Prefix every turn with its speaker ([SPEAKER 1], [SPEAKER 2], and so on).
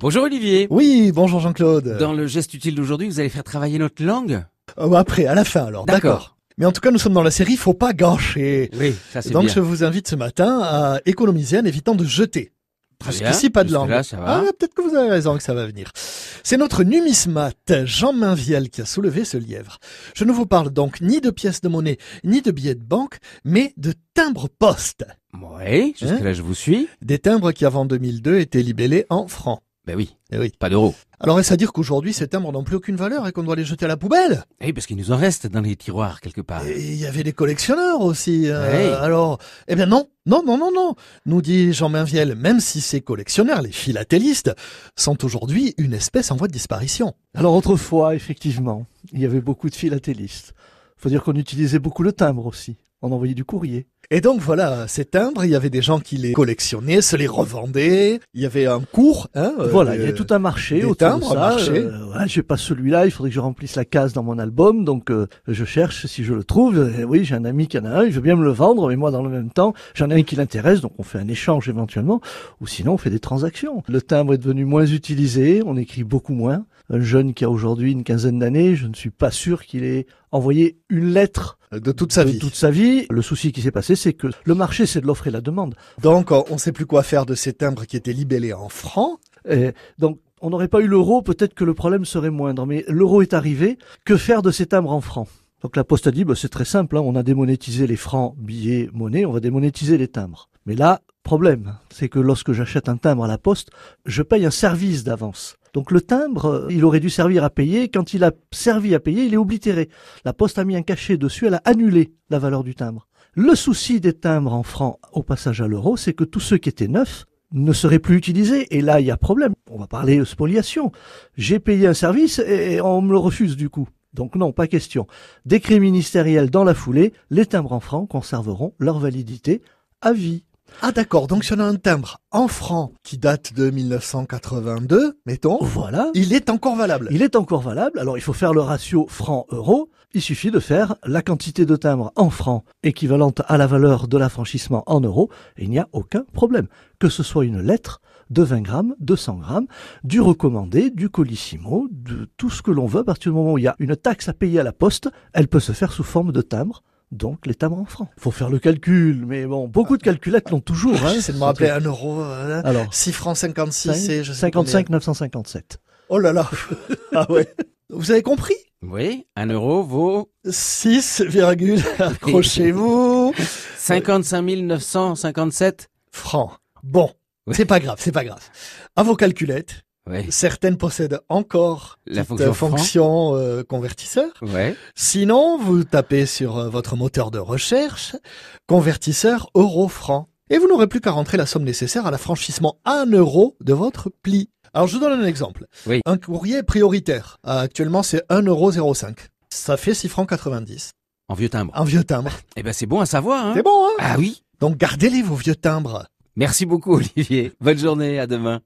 [SPEAKER 1] Bonjour Olivier.
[SPEAKER 2] Oui, bonjour Jean-Claude.
[SPEAKER 1] Dans le geste utile d'aujourd'hui, vous allez faire travailler notre langue
[SPEAKER 2] Euh, après, à la fin alors.
[SPEAKER 1] D'accord.
[SPEAKER 2] Mais en tout cas, nous sommes dans la série Faut pas gâcher.
[SPEAKER 1] Oui, ça c'est
[SPEAKER 2] Donc
[SPEAKER 1] bien.
[SPEAKER 2] je vous invite ce matin à économiser en évitant de jeter.
[SPEAKER 1] Très
[SPEAKER 2] Parce
[SPEAKER 1] bien.
[SPEAKER 2] qu'ici, pas de
[SPEAKER 1] Jusque-là,
[SPEAKER 2] langue.
[SPEAKER 1] ça va.
[SPEAKER 2] Ah, peut-être que vous avez raison que ça va venir. C'est notre numismate, Jean Mainviel, qui a soulevé ce lièvre. Je ne vous parle donc ni de pièces de monnaie, ni de billets de banque, mais de timbres poste.
[SPEAKER 1] Oui,
[SPEAKER 2] Hein
[SPEAKER 1] jusque-là je vous suis.
[SPEAKER 2] Des timbres qui, avant 2002, étaient libellés en francs.
[SPEAKER 1] Ben oui,
[SPEAKER 2] Eh oui.
[SPEAKER 1] pas d'euros.
[SPEAKER 2] Alors est-ce à dire qu'aujourd'hui, ces timbres n'ont plus aucune valeur et qu'on doit les jeter à la poubelle
[SPEAKER 1] Eh Oui, parce qu'il nous en reste dans les tiroirs quelque part.
[SPEAKER 2] Et il y avait des collectionneurs aussi. euh,
[SPEAKER 1] Ouais.
[SPEAKER 2] Alors, eh bien non, non, non, non, non, nous dit Jean Mainviel, même si ces collectionneurs, les philatélistes, sont aujourd'hui une espèce en voie de disparition.
[SPEAKER 3] Alors autrefois, effectivement, il y avait beaucoup de philatélistes. Faut dire qu'on utilisait beaucoup le timbre aussi. On envoyait du courrier.
[SPEAKER 2] Et donc voilà, ces timbres, il y avait des gens qui les collectionnaient, se les revendaient, il y avait un cours. Hein, euh,
[SPEAKER 3] voilà, il y
[SPEAKER 2] de-
[SPEAKER 3] a tout un marché
[SPEAKER 2] des
[SPEAKER 3] autour
[SPEAKER 2] timbres,
[SPEAKER 3] de ça.
[SPEAKER 2] un marché.
[SPEAKER 3] Euh, ouais, j'ai pas celui-là, il faudrait que je remplisse la case dans mon album, donc euh, je cherche si je le trouve. Euh, oui, j'ai un ami qui en a un, il veut bien me le vendre, mais moi dans le même temps, j'en ai un qui l'intéresse, donc on fait un échange éventuellement, ou sinon on fait des transactions. Le timbre est devenu moins utilisé, on écrit beaucoup moins. Un jeune qui a aujourd'hui une quinzaine d'années, je ne suis pas sûr qu'il ait envoyé une lettre
[SPEAKER 2] de toute sa
[SPEAKER 3] de
[SPEAKER 2] vie.
[SPEAKER 3] toute sa vie. Le souci qui s'est passé, c'est que le marché, c'est de l'offre et la demande.
[SPEAKER 2] Donc on ne sait plus quoi faire de ces timbres qui étaient libellés en francs.
[SPEAKER 3] Et donc, on n'aurait pas eu l'euro, peut-être que le problème serait moindre. Mais l'euro est arrivé. Que faire de ces timbres en francs Donc la Poste a dit, bah, c'est très simple, hein, on a démonétisé les francs, billets, monnaies, on va démonétiser les timbres. Mais là, problème, c'est que lorsque j'achète un timbre à la Poste, je paye un service d'avance. Donc le timbre, euh, il aurait dû servir à payer. Quand il a servi à payer, il est oblitéré. La Poste a mis un cachet dessus, elle a annulé la valeur du timbre. Le souci des timbres en francs au passage à l'euro, c'est que tous ceux qui étaient neufs ne seraient plus utilisés. Et là, il y a problème. On va parler spoliation. J'ai payé un service et on me le refuse du coup. Donc non, pas question. Décret ministériel dans la foulée, les timbres en francs conserveront leur validité à vie.
[SPEAKER 2] Ah d'accord, donc si on a un timbre en francs qui date de 1982, mettons,
[SPEAKER 3] Voilà.
[SPEAKER 2] il est encore valable.
[SPEAKER 3] Il est encore valable. Alors, il faut faire le ratio franc-euro. Il suffit de faire la quantité de timbres en francs équivalente à la valeur de l'affranchissement en euros. Et il n'y a aucun problème. Que ce soit une lettre de 20 grammes, de 100 grammes, du recommandé, du colissimo, de tout ce que l'on veut. À partir du moment où il y a une taxe à payer à la poste, elle peut se faire sous forme de timbre. Donc, les timbres en francs. Faut faire le calcul. Mais bon, beaucoup de calculettes l'ont toujours. hein,
[SPEAKER 2] Ah, J'essaie de me
[SPEAKER 3] ce
[SPEAKER 2] rappeler
[SPEAKER 3] truc.
[SPEAKER 2] un euro, euh,
[SPEAKER 3] Alors,
[SPEAKER 2] 6 francs 56 et je sais
[SPEAKER 3] 55 957.
[SPEAKER 2] combien. Oh là là. ah ouais. Vous avez compris
[SPEAKER 1] Oui, un euro vaut
[SPEAKER 2] 6, virgule, accrochez-vous,
[SPEAKER 1] 55 957.
[SPEAKER 2] francs. Bon,
[SPEAKER 1] Ouais.
[SPEAKER 2] c'est pas grave, c'est pas grave. À vos calculettes,
[SPEAKER 1] Oui,
[SPEAKER 2] certaines possèdent encore
[SPEAKER 1] La
[SPEAKER 2] cette,
[SPEAKER 1] fonction
[SPEAKER 2] euh,
[SPEAKER 1] franc.
[SPEAKER 2] fonction, euh, convertisseur.
[SPEAKER 1] ouais.
[SPEAKER 2] Sinon, vous tapez sur euh, votre moteur de recherche convertisseur euro-franc. Et vous n'aurez plus qu'à rentrer la somme nécessaire à l'affranchissement à 1 euro de votre pli. Alors, je vous donne un exemple.
[SPEAKER 1] Oui.
[SPEAKER 2] Un courrier prioritaire. Ah, Actuellement, c'est 1,05€. Ça fait 6 francs 90.
[SPEAKER 1] En vieux timbre.
[SPEAKER 2] Un vieux timbre.
[SPEAKER 1] Eh ben c'est bon à savoir. Hein
[SPEAKER 2] C'est bon, hein
[SPEAKER 1] ah oui.
[SPEAKER 2] Donc, gardez-les, vos vieux timbres.
[SPEAKER 1] Merci beaucoup Olivier. Bonne journée, à demain.